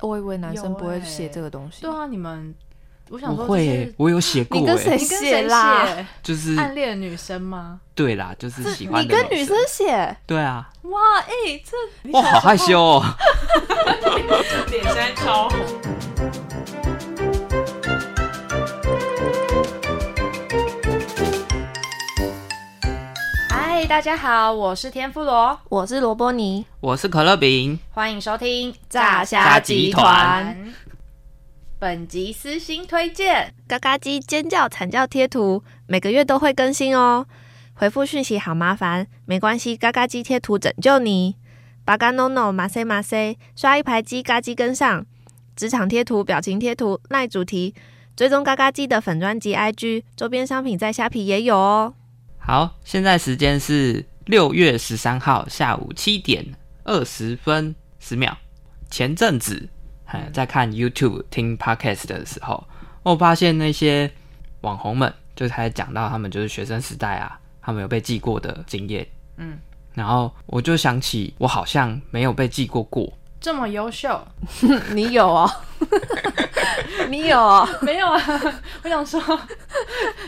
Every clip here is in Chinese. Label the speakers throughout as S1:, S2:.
S1: 我以为男生
S2: 有
S1: 不会
S2: 欸
S1: 写这个东西。
S2: 对啊，你们，我想
S3: 我
S2: 说、就是，
S3: 会欸，我有写过
S1: 你跟
S3: 哎
S1: 谁，
S2: 你跟
S1: 写
S2: 谁
S1: 啦
S2: 写？
S3: 就是
S2: 暗恋的女生吗？
S3: 对啦，就是喜欢
S1: 你
S3: 的
S1: 跟女生，
S3: 生
S1: 写，
S3: 对啊，
S2: 哇，哎、这
S3: 哇，好害羞哦。
S2: 脸现在超红。嗨，大家好，我是田富罗，
S1: 我是罗伯尼。
S3: 我是可乐饼，
S2: 欢迎收听《
S1: 炸
S3: 虾集团》。
S2: 本集私心推荐，
S4: 嘎嘎鸡尖叫惨叫贴图，每个月都会更新哦。回复讯息好麻烦，没关系，嘎嘎鸡贴图拯救你。巴嘎 no no 马塞马塞，刷一排鸡嘎鸡跟上。职场贴图、表情贴图、赖主题，追踪嘎嘎鸡的粉专辑 IG，周边商品在虾皮也有哦。
S3: 好，现在时间是六月十三号下午七点二十分十秒。前阵子，呃在看 YouTube 听 Podcast 的时候，我发现那些网红们就是还讲到他们就是学生时代啊，他们有被记过的经验。
S2: 嗯，
S3: 然后我就想起我好像没有被记过过，
S2: 这么优秀，
S1: 你有 哦， 你有哦，
S2: 没有啊？ 我想说，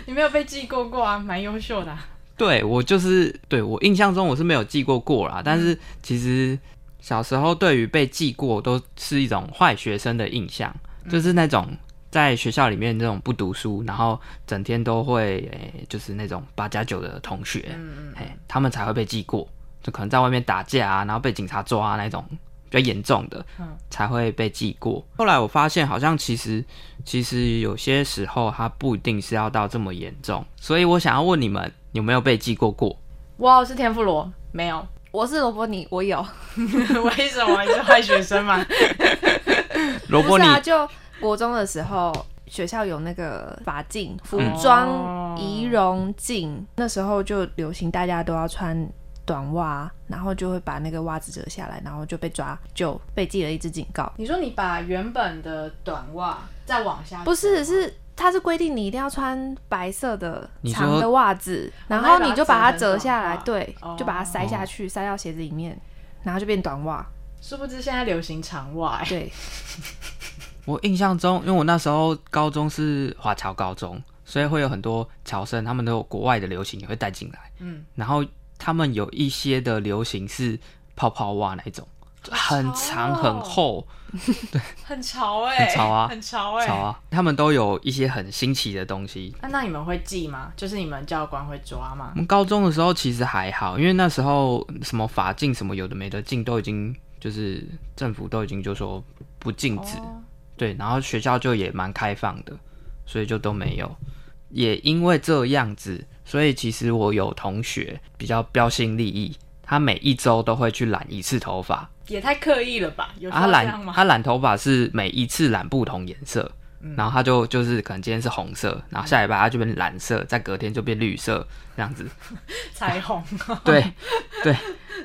S2: 你没有被记过过啊，蛮优秀的啊、
S3: 对我就是对我印象中我是没有记过过啦，但
S2: 嗯
S3: 是其实小时候对于被记过都是一种坏学生的印象，就是
S2: 嗯
S3: 那种在学校里面那种不读书，然后整天都会诶、就是那种八加九的同学，
S2: 嗯
S3: 哎、他们才会被记过，就可能在外面打架啊，然后被警察抓啊那种比较严重的，
S2: 嗯
S3: 才会被记过。后来我发现，好像其实其实有些时候它不一定是要到这么严重，所以我想要问你们有没有被记过过？
S2: 哇，我是田富罗，没有，
S1: 我是罗伯尼，我有。
S2: 为什么你是坏学生 嘛？
S3: 萝
S1: 不
S3: 卜
S1: 是
S3: 你、
S1: 啊，就国中的时候，学校有那个法镜、服
S2: 哦
S3: 嗯
S1: 装、仪容镜，那时候就流行大家都要穿短袜，然后就会把那个袜子折下来，然后就被抓，就被记了一支警告。
S2: 你说你把原本的短袜再往下，
S1: 不是，是它是规定你一定要穿白色的
S3: 你说
S1: 长的袜子，然
S2: 那
S1: 后
S2: 你把它
S1: 你就把它折
S2: 折成
S1: 下来，
S2: 短袜
S1: 对
S2: 哦，
S1: 就把它塞下去，塞到鞋子里面，然后就变短袜。
S2: 殊不知现在流行长袜、欸，
S1: 对，
S3: 我印象中，因为我那时候高中是华侨高中，所以会有很多侨生，他们都有国外的流行也会带进来，
S2: 嗯，
S3: 然后他们有一些的流行是泡泡袜那一种，很
S2: 潮
S3: 长
S2: 哦
S3: 很厚。
S2: 很潮哎、
S3: 很潮啊
S2: 很潮哎、
S3: 潮啊，他们都有一些很新奇的东西。
S2: 啊那你们会记吗？就是你们教官会抓吗
S3: 我？们高中的时候其实还好，因为那时候什么法禁什么有的没的禁都已经就是政府都已经就说不禁止，
S2: 哦
S3: 对，然后学校就也蛮开放的，所以就都没有。也因为这样子，所以其实我有同学比较标新立异，他每一周都会去染一次头发。啊
S2: 也太刻意了吧？有需要
S3: 他
S2: 这样
S3: 染
S2: 吗？
S3: 他染头发是每一次染不同颜色，
S2: 嗯
S3: 然后他就就是可能今天是红色，然后下礼拜他就变蓝色，再隔天就变绿色这样子。
S2: 彩虹，
S3: 对对，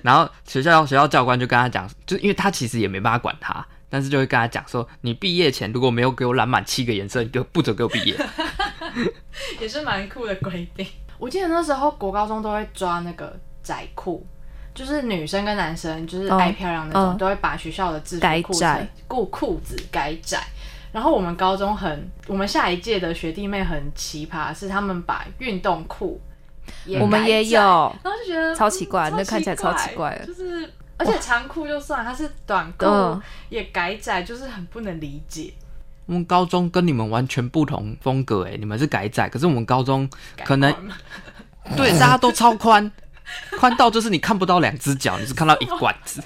S3: 然后学校学校教官就跟他讲，就因为他其实也没办法管他，但是就会跟他讲说，你毕业前如果没有给我染满七个颜色，你就不准给我毕业。
S2: 也是蛮酷的规 定。我记得那时候国高中都会抓那个窄裤，就是女生跟男生就是
S3: 哦
S2: 爱漂亮那种，
S1: 嗯嗯
S2: 都会把学校的制服
S1: 改
S2: 裤子
S1: 窄
S2: 裤裤子改窄。然后我们高中很，我们下一届的学弟妹很奇葩，是他们把运动裤也
S1: 我们也
S2: 改窄
S1: 有
S2: 然后就觉得
S1: 超奇怪
S2: 嗯
S1: 那看起来超奇怪的
S2: 就是而且长裤就算，它是短裤
S1: 嗯
S2: 也改窄，就是很不能理解。
S3: 我们高中跟你们完全不同风格，哎，你们是改仔，可是我们高中
S2: 改
S3: 可能
S2: 款吗
S3: 对大家都超宽， 宽到就是你看不到两只脚，你是看到一管子。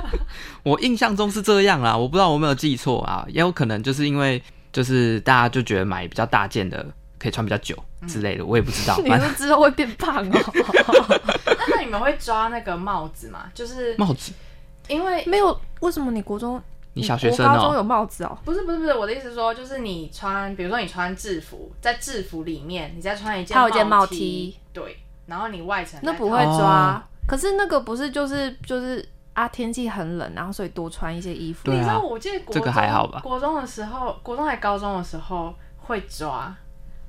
S3: 我印象中是这样啦，我不知道我有没有记错啊，也有可能就是因为就是大家就觉得买比较大件的可以穿比较久之类的，我也不知道。
S1: 你
S3: 反正
S1: 是之后会变胖哦？
S2: 啊那你们会抓那个帽子吗？就是
S3: 帽子，
S2: 因为
S1: 没有，为什么你国中？
S2: 嗯
S3: 你小学生
S1: 嗯国高中
S3: 哦、
S1: 有帽子哦？
S2: 不是不是不是，我的意思是说，就是你穿，比如说你穿制服，在制服里面，你再穿一件，
S1: 还有一件
S2: 帽
S1: 帽 T
S2: 对，然后你外层
S1: 那
S2: 再
S1: 不
S2: 套
S1: 会抓，
S3: 哦
S1: 可是那个不是就是就是啊，天气很冷，然后所以多穿一些衣服
S3: 对。
S2: 你知道，
S3: 啊
S2: 我记得国
S3: 这个还
S2: 中
S3: 好吧
S2: 国中的时候，国中还高中的时候会抓，啊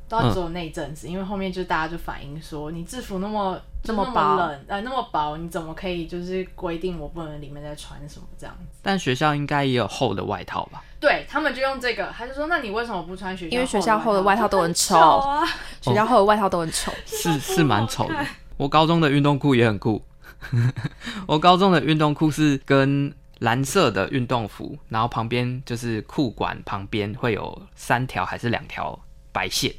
S2: 都要只有那一阵子，因为后面就大家就反映说，你制服那么
S1: 这么
S2: 就那
S1: 薄
S2: 冷，呃，那么薄，你怎么可以就是规定我不能里面再穿什么这样子？
S3: 但学校应该也有厚的外套 吧？
S2: 对他们就用这个，他就说，那你为什么不穿学校？
S1: 因为学校厚的外套都很
S2: 就啊，
S1: 学校后的外套都很丑，
S3: 是
S2: 不
S3: 是蛮
S2: 好
S3: 丑的
S2: 看。
S3: 我高中的运动裤也很酷， 我高中的运动裤是跟蓝色的运动服，然后旁边就是裤管旁边会有三条还是两条白线，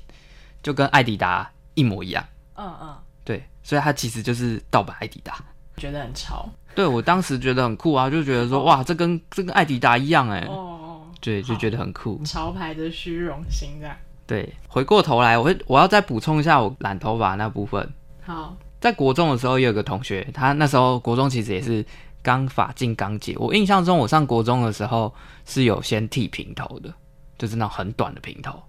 S3: 就跟艾迪达一模一样。
S2: 嗯嗯，
S3: 对，所以它其实就是盗版艾迪达。
S2: 觉得很潮
S3: 对我当时觉得很酷啊，就觉得说哇，这跟这跟艾迪达一样哎、
S2: 哦，
S3: 对，就觉得很酷。
S2: 潮牌的虚荣心这样。
S3: 对，回过头来，我会我要再补充一下我染头发那部分。
S2: 好，
S3: 在国中的时候，也有个同学，他那时候国中其实也是刚发进刚解。我印象中，我上国中的时候是有先剃平头的，就是那种很短的平头。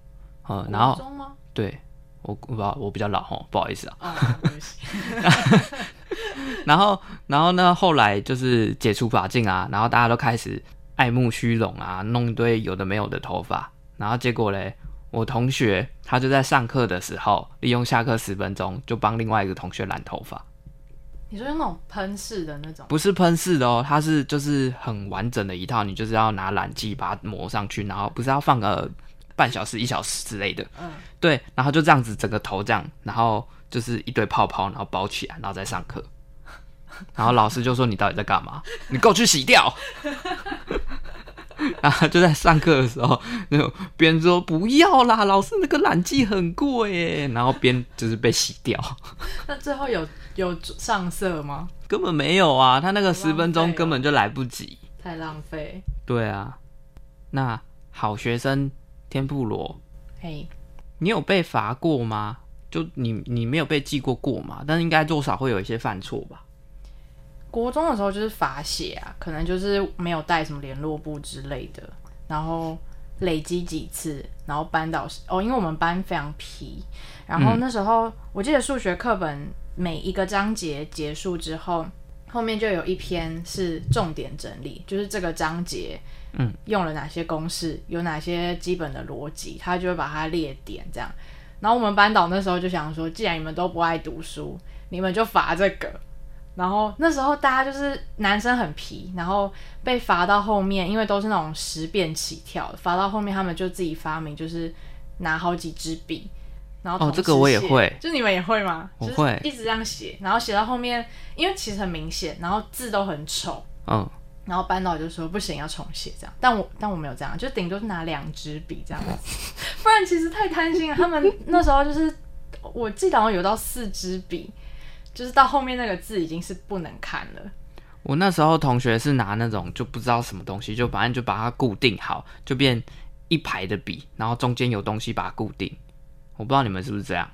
S3: 嗯，然
S2: 国
S3: 后
S2: 中吗？
S3: 对我我不知道我比较老哦，不好意思啊。
S2: 哦，对不起
S3: 然后然后呢，后来就是解除法禁啊，然后大家都开始爱慕虚荣啊，弄一堆有的没有的头发。然后结果嘞，我同学他就在上课的时候，利用下课十分钟就帮另外一个同学染头发。
S2: 你说用那种喷式的那种，
S3: 不是喷式的哦，它是就是很完整的一套，你就是要拿染剂把它抹上去，然后不是要放个半小时、一小时之类的，
S2: 嗯，
S3: 对，然后就这样子整个头这样，然后就是一堆泡泡，然后包起来，然后再上课，然后老师就说你到底在干嘛？你给我去洗掉。 然后就在上课的时候，就别人说不要啦，老师那个染剂很贵耶，然后边就是被洗掉。
S2: 那最后有有上色吗？
S3: 根本没有啊，他那个十分
S2: 浪
S3: 钟
S2: 费哦
S3: 根本就来不及。
S2: 太浪费。
S3: 对啊，那好学生天妇罗，
S2: 嘿，
S3: 你有被罚过吗？就你你没有被记过过嘛？但应该多少会有一些犯错吧？
S2: 国中的时候就是罚写啊，可能就是没有带什么联络簿之类的，然后累积几次，然后班导师哦，因为我们班非常皮，然后那时候、我记得数学课本每一个章节结束之后，后面就有一篇是重点整理，就是这个章节。
S3: 嗯，
S2: 用了哪些公式，有哪些基本的逻辑，他就会把它列点这样。然后我们班导那时候就想说，既然你们都不爱读书，你们就罚这个。然后那时候大家就是男生很皮，然后被罚到后面，因为都是那种十遍起跳的，罚到后面他们就自己发明，就是拿好几支笔，然后
S3: 哦
S2: 同时
S3: 这个我也
S2: 写
S3: 会
S2: 就你们也会吗？
S3: 我
S2: 就是
S3: 会
S2: 一直这样写，然后写到后面，因为其实很明显，然后字都很丑，
S3: 嗯，
S2: 然后班导就说不行，要重写这样。但我但我没有这样，就顶多是拿两支笔这样子， 不然其实太贪心啊了。他们那时候就是我记得好像有到四支笔，就是到后面那个字已经是不能看了。
S3: 我那时候同学是拿那种就不知道什么东西，就反正就把它固定好，就变一排的笔，然后中间有东西把它固定。我不知道你们是不是这样，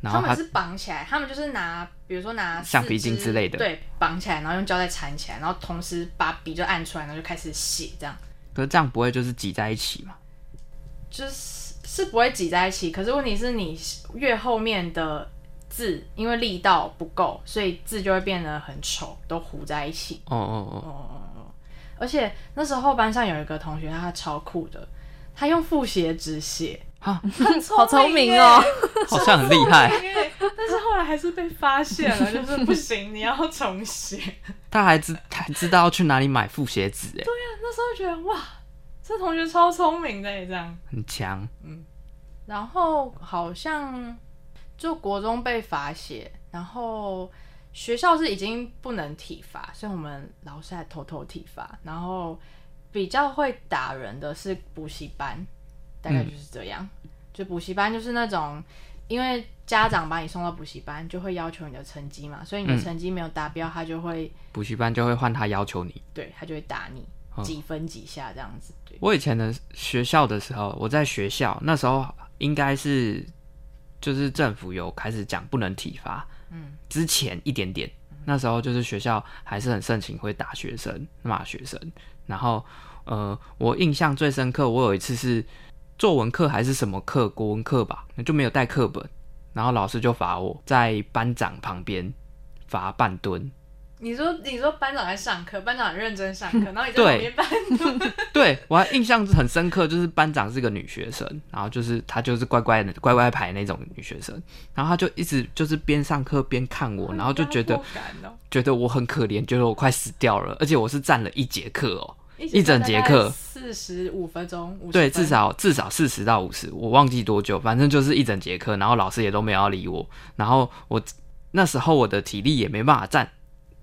S3: 然
S2: 他
S3: 后
S2: 们
S3: 他
S2: 是绑起来，他们就是拿，比如说拿
S3: 橡皮筋
S2: 四支
S3: 之类的
S2: 对，绑起来，然后用胶带缠起来，然后同时把笔就按出来，然后就开始写这样。
S3: 可是这样不会就是挤在一起嘛？
S2: 就是是不会挤在一起，可是问题是你越后面的字，因为力道不够，所以字就会变得很丑，都糊在一起。
S3: 哦哦
S2: 哦哦哦！而且那时候班上有一个同学，他超酷的，他用复写纸写，
S3: 哈
S2: 很
S1: 好聪明哦，
S3: 哦，好像很厉害。
S2: 耶！但是后来还是被发现了，就是不行，你要重写。
S3: 他还知还知道要去哪里买复写纸，哎，
S2: 那时候觉得哇，这同学超聪明的耶，这样。
S3: 很强。
S2: 然后好像就国中被罚写，然后学校是已经不能体罚，所以我们老师还偷偷体罚。然后比较会打人的是补习班，大概就是这样。就补习班就是那种，因为家长把你送到补习班，就会要求你的成绩嘛，所以你的
S3: 嗯
S2: 成绩没有达标，他就会
S3: 补习班就会换他要求你。
S2: 对他就会打你
S3: 哦
S2: 几分几下这样子。对，
S3: 我以前的学校的时候，我在学校那时候应该是就是政府有开始讲不能体罚，
S2: 嗯，
S3: 之前一点点，那时候就是学校还是很盛情会打学生、骂学生，然后呃，我印象最深刻，我有一次是作文课还是什么课，国文课吧，就没有带课本，然后老师就罚我在班长旁边罚半蹲，
S2: 你说你说班长在上课，班长很认真上课，然后你在
S3: 对
S2: 旁边班读，
S3: 对我还印象很深刻，就是班长是个女学生，然后就是她就是乖乖的乖乖牌那种女学生，然后她就一直就是边上课边看我，
S2: 嗯
S3: 然后就觉得
S2: 压迫感哦
S3: 觉得我很可怜，觉得我快死掉了，而且我是站了一节课哦，
S2: 一
S3: 一整节课
S2: 四十五分钟，50
S3: 对，
S2: 分
S3: 至少至少四十到五十，我忘记多久，反正就是一整节课，然后老师也都没有要理我，然后我那时候我的体力也没办法站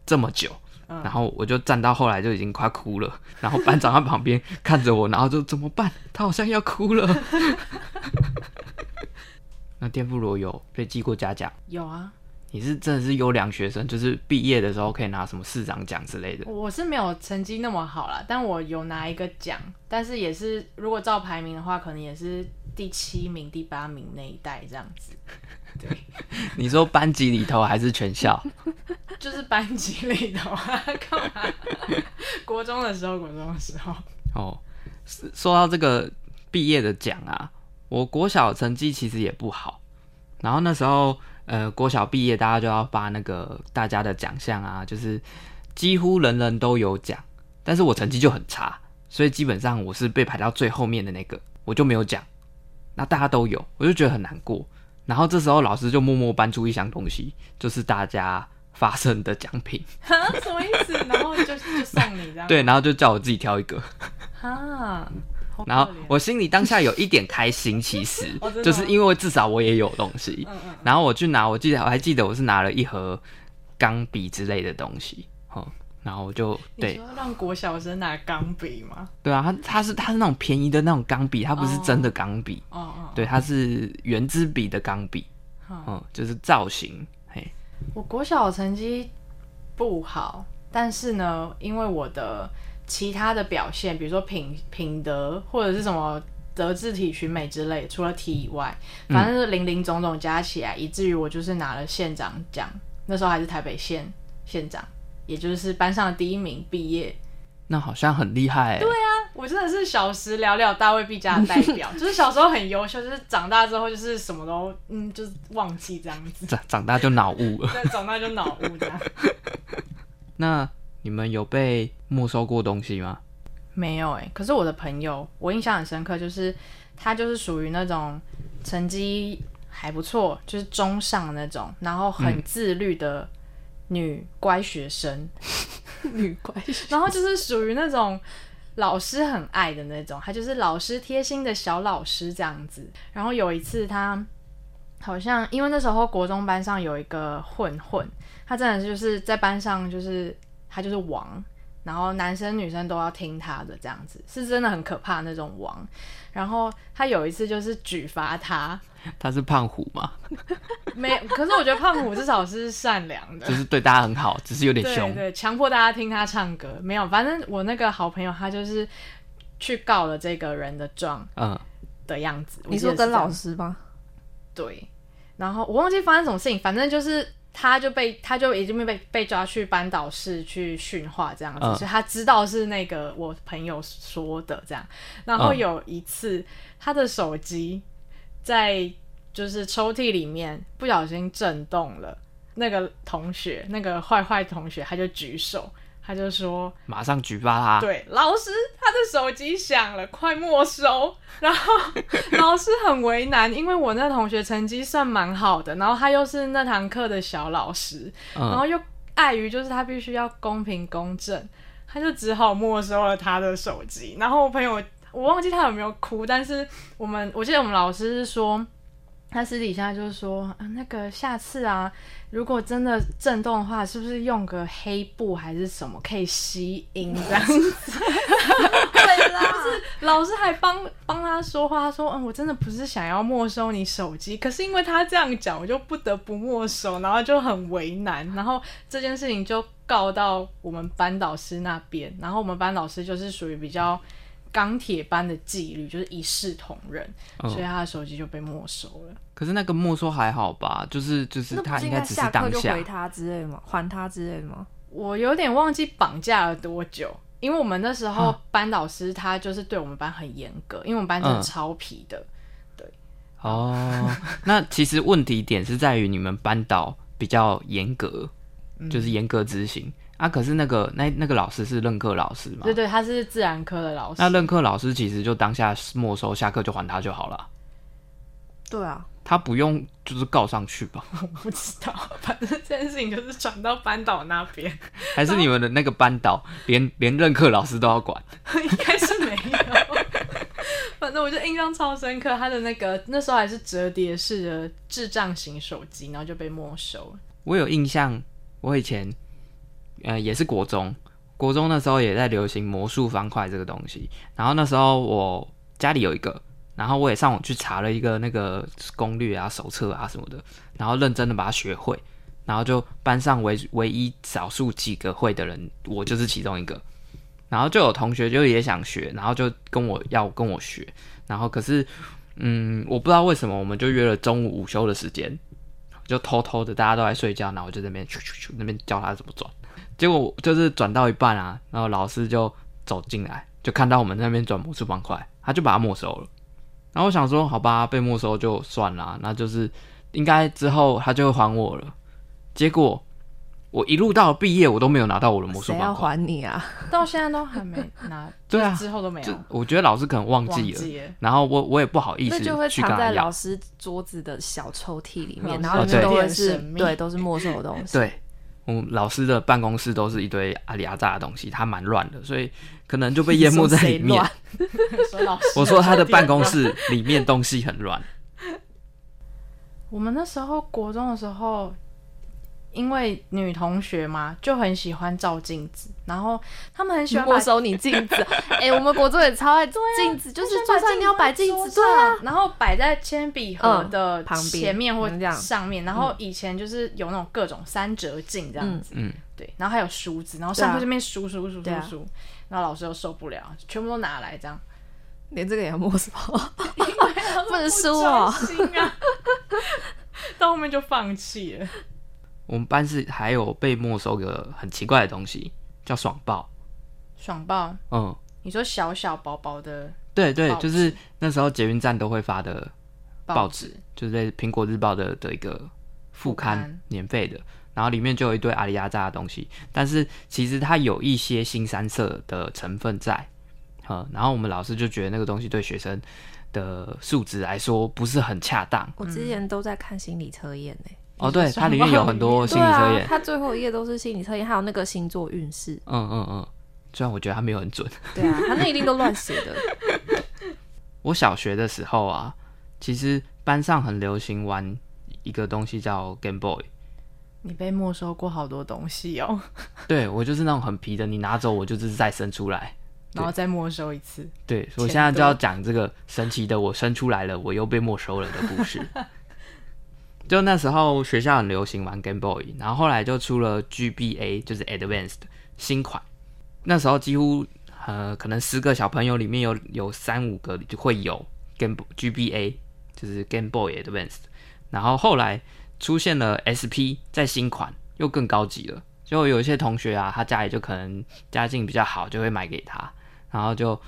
S3: 这么久。
S2: 嗯
S3: 然后我就站到后来就已经快哭了，然后班长在旁边看着我，然后就怎么办？他好像要哭了。 那天妇罗有被记过嘉奖，
S2: 有啊，
S3: 你是真的是优良学生，就是毕业的时候可以拿什么市长奖之类的。
S2: 我是没有成绩那么好啦，但我有拿一个奖，但是也是如果照排名的话，可能也是第七名、第八名那一带这样子，
S3: 你说班级里头还是全校？
S2: 就是班级里头啊，干嘛？ 国中的时候，国中的时候，
S3: 哦，是说到这个毕业的奖啊，我国小成绩其实也不好，然后那时候呃国小毕业，大家就要发那个大家的奖项啊，就是几乎人人都有奖，但是我成绩就很差，所以基本上我是被排到最后面的那个，我就没有奖。那大家都有，我就觉得很难过。然后这时候老师就默默搬出一箱东西，就是大家发生的奖品，
S2: 啊，什么意思？然后就就送你这样，
S3: 对，然后就叫我自己挑一个。
S2: 啊，好可
S3: 然后
S2: 怜
S3: 我心里当下有一点开心，其实
S2: 哦真的吗嗯
S3: 就是因为至少我也有东西。然后我去拿，我记得我还记得我是拿了一盒钢笔之类的东西，嗯，然后我就
S2: 你
S3: 对
S2: 说让国小生拿钢笔吗？
S3: 对啊，它它是它是那种便宜的那种钢笔，它不是
S2: 哦
S3: 真的钢笔，
S2: 哦哦，
S3: 对，它是圆珠笔的钢笔，
S2: 好
S3: 嗯，就是造型，嘿，
S2: 我国小成绩不好，但是呢，因为我的其他的表现，比如说品品德或者是什么德智体群美之类，除了体以外，反正是零零总总加起来，以至于我就是拿了县长奖。那时候还是台北县县长，也就是班上的第一名毕业。
S3: 那好像很厉害、欸，对啊，
S2: 我真的是小时了了，大未必佳的代表，就是小时候很优秀，就是长大之后就是什么都嗯，就是忘记这样子，
S3: 长长大就脑雾了。
S2: 再长大就脑雾这样。
S3: 那你们有被没收过东西吗？
S2: 没有哎、可是我的朋友，我印象很深刻，就是他就是属于那种成绩还不错，就是中上那种，然后很自律的女乖学生，
S1: 女怪
S2: 然后就是属于那种老师很爱的那种，她就是老师贴心的小老师这样子。然后有一次她好像因为那时候国中班上有一个混混，他真的是就是在班上就是他就是王，然后男生女生都要听他的这样子，是真的很可怕的那种王。然后他有一次就是举发他，
S3: 他是胖虎嘛，
S2: 没，可是我觉得胖虎至少是善良的
S3: 就，是对大家很好，只是有点凶
S2: 对。对，强迫大家听他唱歌，没有，反正我那个好朋友他就是去告了这个人的状
S3: 嗯，
S2: 的样子。
S1: 你说
S2: 我记得
S1: 跟
S2: 是这样
S1: 老师吗？
S2: 对，然后我忘记发生什么事情，反正就是他就被他就已经被被抓去班导室去训话这样子，
S3: 嗯
S2: 所以他知道是那个我朋友说的这样。然后
S3: 嗯
S2: 有一次、他的手机在就是抽屉里面不小心震动了，那个同学那个坏坏同学他就举手，他就说。
S3: 马上举报他。
S2: 对，老师他的手机响了，快没收。然后 老师很为难，因为我那同学成绩算蛮好的，然后他又是那堂课的小老师，然后
S3: 嗯，
S2: 又碍于就是他必须要公平公正，他就只好没收了他的手机。然后我朋友我忘记他有没有哭，但是我们我记得我们老师是说。他私底下就说：“啊，那个下次啊，如果真的震动的话，是不是用个黑布还是什么可以吸音这样子？”
S1: 对
S2: 啊
S1: 啦，
S2: 老师还帮帮他说话，他说：“嗯，我真的不是想要没收你手机，可是因为他这样讲，我就不得不没收，然后就很为难，然后这件事情就告到我们班导师那边，然后我们班老师就是属于比较钢铁般的纪律，就是一视同仁，
S3: 嗯
S2: 所以他的手机就被没收了。
S3: 可是那个没收还好吧，就是 就是
S1: 那不
S3: 他
S1: 是
S3: 应
S1: 应
S3: 该
S1: 该
S3: 只是
S1: 下课
S3: 当
S1: 就
S3: 下
S1: 回他之类吗？还他之类吗？
S2: 我有点忘记绑架了多久。”因为我们那时候
S3: 啊
S2: 班导师他就是对我们班很严格，因为我们班真的
S3: 嗯
S2: 超皮的，
S3: 哦。那其实
S1: 嗯
S3: 问题点是在于你们班导比较严格，就是严格执行。啊，可是那个那那个老师是任课老师嘛
S2: 对，对，他是自然科的老师。
S3: 那任课老师其实就当下没收，下课就还他就好了，
S1: 对啊，
S3: 他不用就是告上去吧？
S2: 我不知道，反正这件事情就是传到班导那边，
S3: 还是你们的那个班导连连任课老师都要管？
S2: 应该是没有。反正我就印象超深刻，他的那个那时候还是折叠式的智障型手机，然后就被没收了。
S3: 我有印象，我以前呃也是国中，国中那时候也在流行魔术方块这个东西。然后那时候我家里有一个，然后我也上网去查了一个那个攻略啊、手册啊什么的，然后认真的把它学会。然后就班上唯唯一少数几个会的人，我就是其中一个。然后就有同学就也想学，然后就跟我要跟我学，然后可是，嗯，我不知道为什么，我们就约了中午午休的时间，就偷偷的，大家都在睡觉，然后我就在那边咻咻咻那边教他怎么转，结果我就是转到一半啊，然后老师就走进来，就看到我们在那边转魔术方块，他就把它没收了。然后我想说，好吧，被没收就算啦，那就是应该之后他就会还我了。结果我一路到毕业，我都没有拿到我的魔术
S1: 谁
S3: 方
S1: 要
S3: 块。
S1: 还你啊？
S2: 到现在都还没拿，
S3: 对啊
S2: 就是之后都没有
S3: 就我觉得老师可能忘
S2: 忘
S3: 记了，
S2: 记了。
S3: 然后我我也不好意
S1: 那
S3: 思
S1: 就会
S3: 去
S1: 藏
S3: 跟他
S1: 在
S3: 要
S1: 老。师桌子的小抽屉里
S2: 老
S1: 面，
S2: 师
S1: 然后里面
S3: 的
S1: 都会
S2: 电
S1: 是
S2: 神秘
S1: 对，都是没收的东西。
S3: 对，我老师的办公室都是一堆阿里阿扎的东西，他蛮乱的，所以可能就被淹没在 里面。
S2: 说老师，
S3: 我说他的办公室里面东西很乱，
S2: 我们那时候国中的时候，因为女同学嘛，就很喜欢照镜子，然后他们很喜欢把
S1: 没收你镜子， 哎、我们国中也超爱镜子，就是
S2: 把
S1: 桌上一定要摆镜
S2: 放在
S1: 子，
S2: 桌
S1: 对啊
S2: 上，，然后摆在铅笔盒的
S1: 嗯旁边
S2: 前面或
S1: 嗯这样
S2: 上面，然后以前就是有那种各种三折镜这样子，
S3: 嗯嗯
S2: 对，然后还有梳子，然后
S1: 对啊
S2: 上课这边梳梳梳梳
S1: 对啊
S2: 梳，然后老师又受不了，全部都拿来这样，
S1: 连这个也要没收， 不能输
S2: 输
S1: 哦。
S2: 啊， 到后面就放弃了，
S3: 我们班是还有被没收个很奇怪的东西，叫爽报。
S2: 爽爆！
S3: 嗯，
S2: 你说小小薄薄的
S3: 对对，
S2: 报纸
S3: 就是那时候捷运站都会发的报
S2: 报
S3: 纸，就是《苹果日报的》的一个副
S2: 副
S3: 刊
S2: 刊，
S3: 免费的。然后里面就有一堆阿里阿扎的东西，但是其实它有一些新三色的成分在，嗯，然后我们老师就觉得那个东西对学生的素质来说不是很恰当。
S1: 我之前都在看心理测验呢、
S3: 哦，对，它里面有很多哦心
S1: 对
S3: 理测
S1: 啊
S3: 验，，
S1: 它最后一页都是心理测验，还有那个星座运势，
S3: 嗯嗯嗯，虽然我觉得它没有很准。
S1: 对啊，它那一定都乱写的。
S3: 我小学的时候啊，其实班上很流行玩一个东西叫 Game Boy，
S2: 你被没收过好多东西哦，
S3: 对我就是那种很皮的，你拿走我就是再生出来。
S2: 然后再没收一次。
S3: 对
S2: 多
S3: 我现在就要讲这个神奇的我生出来了，我又被没收了的故事。就那时候学校很流行玩 Game Boy，然后后来就出了 GBA，就是 Advanced 新款。那时候几乎呃，可能十个小朋友里面有有三五个就会有 Game Bo- GBA，就是 Game Boy Advanced。然后后来出现了 SP，在新款又更高级了。就有一些同学啊，他家里就可能家境比较好，就会买给他，然后就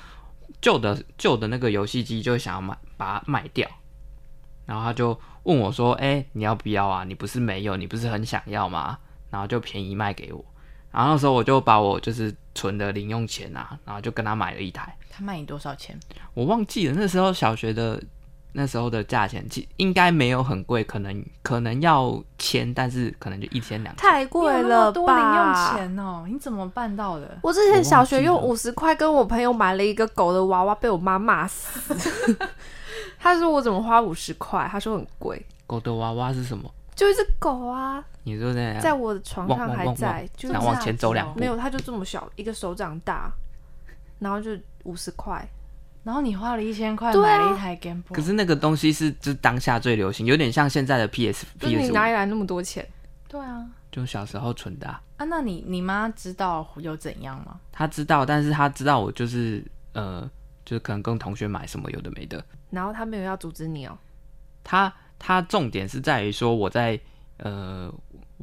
S3: 旧的旧的那个游戏机就想要买把它卖掉，然后他就问我说：“哎、你要不要啊？你不是没有，你不是很想要吗？”然后就便宜卖给我，然后那时候我就把我就是存的零用钱啊，然后就跟他买了一台，
S2: 他卖你多少钱？
S3: 我忘记了那时候小学的那时候的价钱，其应该没有很贵，可能可能要千，但是可能就一千两 千。
S1: 太贵
S2: 你有那
S1: 了
S2: 么多
S1: 吧？
S2: 零用钱哦，你怎么办到的？
S1: 我之前小学用
S3: 我忘
S1: 五十块跟我朋友买了一个狗的娃娃，被我妈骂 死。他说我怎么花五十块？他说很贵，
S3: 狗的娃娃是什么？
S1: 就一只狗啊，
S3: 你说那样
S1: 在我的床
S3: 汪
S1: 上
S3: 汪
S1: 还
S3: 汪
S1: 在
S3: 汪，
S1: 就
S3: 然后
S1: 是
S3: 往前走两步，
S1: 没有，它就这么小，一个手掌大，然后就五十块。
S2: 然后你花了一千块
S1: 对
S2: 买
S1: 啊
S2: 了一台 Game Boy，
S3: 可是那个东西是就是当下最流行，有点像现在的 PS
S1: 就是你
S3: PS
S1: 哪里
S3: 五，
S1: 来那么多钱？
S2: 对啊，
S3: 就小时候存的啊、
S2: 啊，那你你妈知道有怎样吗？
S3: 他知道，但是他知道我就是呃，就是可能跟同学买什么有的没的。
S1: 然后他没有要阻止你哦，
S3: 他他重点是在于说我在呃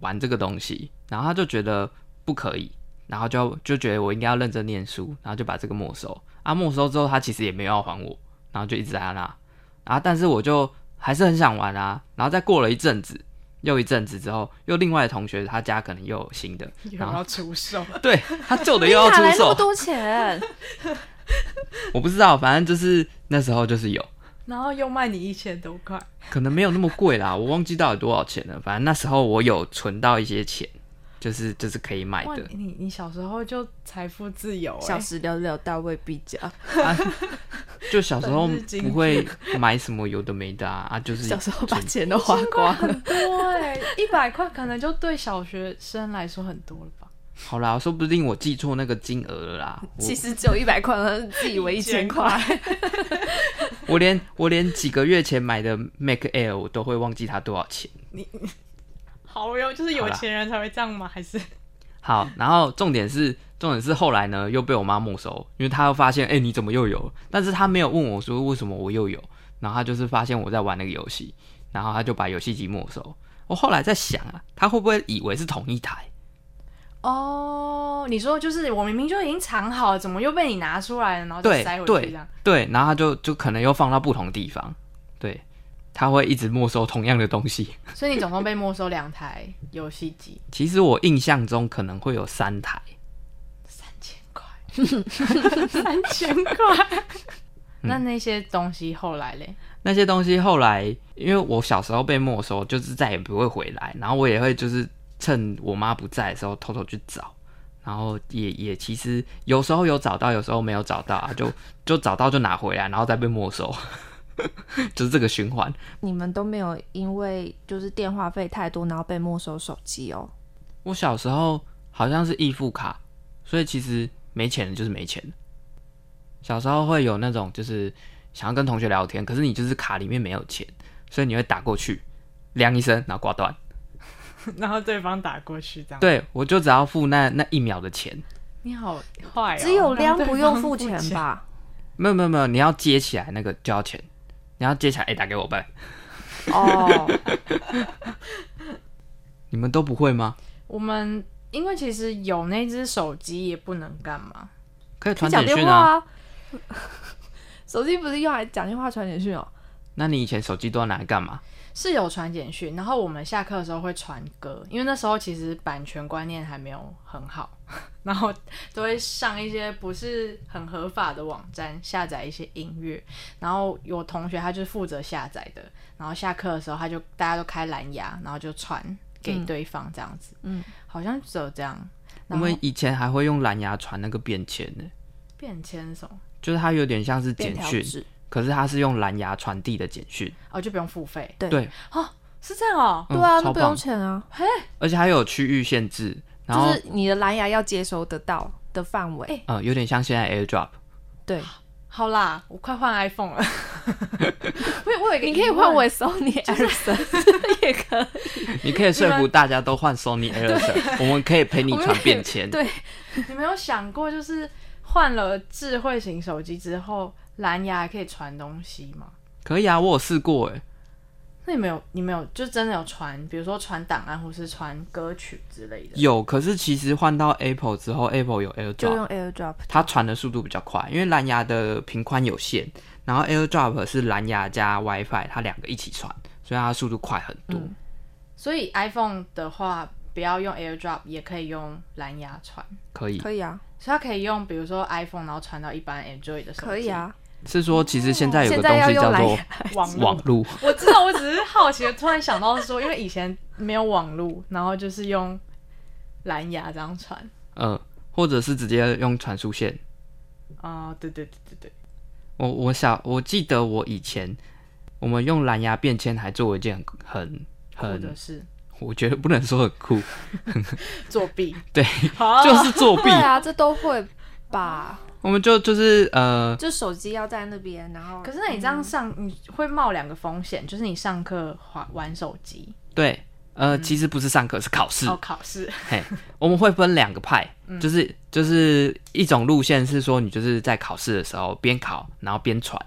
S3: 玩这个东西，然后他就觉得不可以，然后就就觉得我应该要认真念书，然后就把这个没收。啊，没收之后他其实也没有要还我，然后就一直在那，啊，但是我就还是很想玩啊。然后再过了一阵子，又一阵子之后，又另外的同学他家可能又有新的，
S2: 有
S3: 然后
S2: 要出售，
S3: 对他旧的又要
S1: 哪
S3: 出
S1: 来那么
S3: 售，
S1: 多钱？
S3: 我不知道，反正就是那时候就是有，
S2: 然后又卖你一千多块，
S3: 可能没有那么贵啦，我忘记到底多少钱了，反正那时候我有存到一些钱，就是就是可以买
S2: 哇，
S3: 的，
S2: 你你小时候就财富自由、欸，
S1: 小时了了，大未必佳。
S3: 就小时候
S2: 本日金句
S3: 不会买什么有的没的啊，啊就是
S1: 小时候把钱都花光了，欸
S2: 对，一百块可能就对小学生来说很多了吧？
S3: 好啦，说不定我记错那个金额了啦，我
S1: 其实只有一百块，但是自以为一千块。
S3: 我连我连几个月前买的 Mac Air 我都会忘记它多少钱。
S2: 好哟，就是有
S3: 好啦
S2: 钱人才会这样吗？还是
S3: 好，然后重点是，重点是后来呢又被我妈没收，因为她又发现，哎、你怎么又有？但是她没有问我说为什么我又有，然后她就是发现我在玩那个游戏，然后她就把游戏机没收。我后来在想啊，她会不会以为是同一台？
S2: 哦，你说就是我明明就已经藏好了，怎么又被你拿出来了，然后就
S3: 对
S2: 塞回去
S3: 对
S2: 这样？
S3: 对，然后她就就可能又放到不同地方，对，她会一直没收同样的东西。
S2: 所以你总共被没收两台游戏机，
S3: 其实我印象中可能会有三台，
S2: 三千块， 三千块。那那些东西后来嘞？
S3: 那些东西后来，因为我小时候被没收，就是再也不会回来，然后我也会就是趁我妈不在的时候偷偷去找，然后也也其实有时候有找到，有时候没有找到啊，就就找到就拿回来，然后再被没收，就是这个循环。
S1: 你们都没有因为就是电话费太多，然后被没收手机哦。
S3: 我小时候好像是义父卡，所以其实没钱就是没钱。小时候会有那种就是想要跟同学聊天，可是你就是卡里面没有钱，所以你会打过去，量一声，然后挂断。
S2: 然后对方打过去这样。，
S3: 对，我就只要付那那一秒的钱，
S2: 你好坏、哦，
S1: 只有量
S2: 让 对
S1: 不用
S2: 方
S1: 付
S2: 付
S1: 钱？吧？
S3: 没有没有没有，你要接起来那个就要钱，你要接起来，哎、打给我呗。
S1: 哦，
S3: 你们都不会吗？
S2: 我们因为其实有那只手机也不能干嘛，
S3: 可 以传
S1: 讲
S3: 简
S1: 电
S3: 讯
S1: 话
S3: 啊。
S1: 啊。手机不是用来讲电话、传简讯哦？
S3: 那你以前手机都要拿来干嘛？
S2: 是有传简讯，然后我们下课的时候会传歌，因为那时候其实版权观念还没有很好，然后都会上一些不是很合法的网站下载一些音乐，然后有同学他就是负责下载的，然后下课的时候他就大家都开蓝牙，然后就传给
S1: 嗯
S2: 对方这样子，
S1: 嗯，
S2: 好像只有这样。
S3: 我
S2: 然后
S3: 们以前还会用蓝牙传那个便签呢，
S2: 便签什么？
S3: 就是它有点像是
S1: 便
S3: 简
S1: 条
S3: 讯，
S1: 纸。
S3: 可是它是用蓝牙传递的简讯，
S2: 哦，就不用付费，
S1: 对
S3: 对
S2: 是这样哦。
S3: 嗯
S1: 对啊，那
S3: 超
S1: 不用
S3: 棒
S1: 钱啊，
S3: 而且还有区域限制，然
S1: 就
S3: 后、
S1: 是你的蓝牙要接收得到的范围。
S3: 呃有点像现在 AirDrop，
S1: 对，
S2: 好啦，我快换 iPhone 了。我有我有一个疑
S1: 你
S2: 问，
S1: 可以换我 Sony Ericsson，也可以。
S3: 你可以说服大家都换 Sony Ericsson，我们可以陪你
S1: 我们
S3: 传
S1: 可以
S3: 便 签。
S1: 对，
S2: 你没有想过，就是换了智慧型手机之后，蓝牙还可以传东西吗？
S3: 可以啊，我有试过哎，
S2: 那你没有，你没有，就真的有传，比如说传档案或是传歌曲之类的。
S3: 有，可是其实换到 Apple 之后，Apple 有 AirDrop，
S1: 就用 AirDrop。
S3: 它传的速度比较快，因为蓝牙的频宽有限，然后 AirDrop 是蓝牙加 WiFi，它两个一起传，所以它速度快很多。
S1: 嗯
S2: 所以 iPhone 的话，不要用 AirDrop，也可以用蓝牙传。
S3: 可以
S1: 可以啊，
S2: 所以它可以用，比如说 iPhone，然后传到一般 Android 的手机。
S1: 可以，啊，
S3: 是说，其实现在有
S1: 现
S3: 个
S1: 在
S3: 东
S1: 要
S3: 西
S1: 用
S3: 叫
S1: 蓝
S3: 做
S1: 牙，
S2: 网络
S3: 网路，
S2: 我知道，我只是好奇，突然想到说，因为以前没有网络，然后就是用蓝牙这样传。
S3: 呃，或者是直接用传输线。
S2: 哦，对对对对对，
S3: 我我想，我记得我以前我们用蓝牙便签还做一件很
S2: 或者
S3: 很，
S2: 是
S3: 我觉得不能说很酷，
S2: 作弊，
S3: 对，
S2: 好
S3: 就是 作弊
S1: 对。啊，这都会吧？
S3: 我们就就是呃，
S1: 就手机要在那边，然后
S2: 可是那你这样上，你会冒两个风险，就是你上课滑玩手机，
S3: 对，呃，其实不是上课，是考试。
S2: 哦，考试，
S3: 嘿，我们会分两个派，就是就是一种路线是说，你就是在考试的时候边考，然后边传，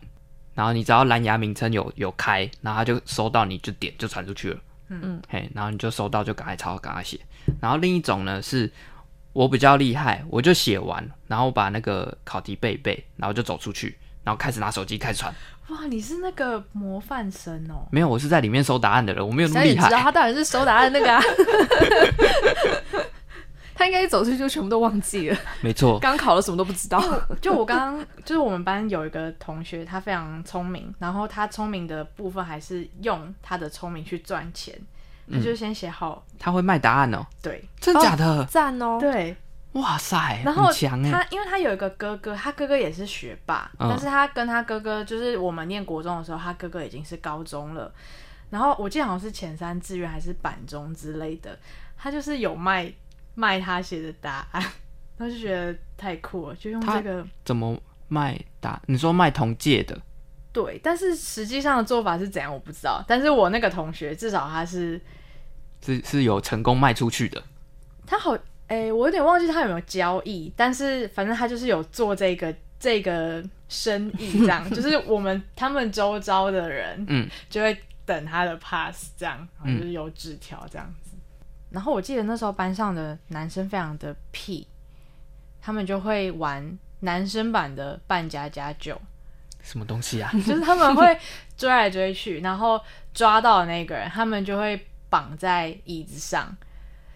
S3: 然后你只要蓝牙名称有有开，然后它就收到你就点就传出去了，
S1: 嗯，
S3: 嘿，然后你就收到就赶快抄赶快写。然后另一种呢是，我比较厉害，我就写完，然后把那个考题背一背，然后就走出去，然后开始拿手机开始传。
S2: 哇，你是那个模范生哦，
S3: 没有，我是在里面搜答案的人，我没有那
S1: 小
S3: 么
S1: 姐
S3: 厉
S1: 知道
S3: 害。
S1: 他当然是收答案那个啊， 他应该一走出去就全部都忘记了，
S3: 没错，
S1: 刚考了什么都不知道。
S2: 就我刚刚，就是我们班有一个同学，他非常聪明，然后他聪明的部分还是用他的聪明去赚钱，他就先写好，
S3: 他会卖答案哦，
S2: 对
S3: 真的假的？
S1: 赞哦，
S2: 对，
S3: 哇塞，
S2: 然后
S3: 很强哎！
S2: 他因为他有一个哥哥，他哥哥也是学霸，
S3: 嗯
S2: 但是他跟他哥哥就是我们念国中的时候，他哥哥已经是高中了。然后我记得好像是前三志愿还是板中之类的，他就是有卖卖他写的答案， 他就觉得太酷了，就用
S3: 他
S2: 这个
S3: 怎么卖答？你说卖同届的，
S2: 对。但是实际上的做法是怎样我不知道，但是我那个同学至少他是
S3: 是是有成功卖出去的，
S2: 他好，哎、我有点忘记他有没有交易，但是反正他就是有做这个这个生意，这样就是我们他们周遭的人，
S3: 嗯，
S2: 就会等他的 pass 这样，然后就是有纸条这样子。然后我记得那时候班上的男生非常的屁，他们就会玩男生版的扮家家酒，
S3: 什么东西啊？
S2: 就是他们会追来追去，然后抓到那个人，他们就会绑在椅子上。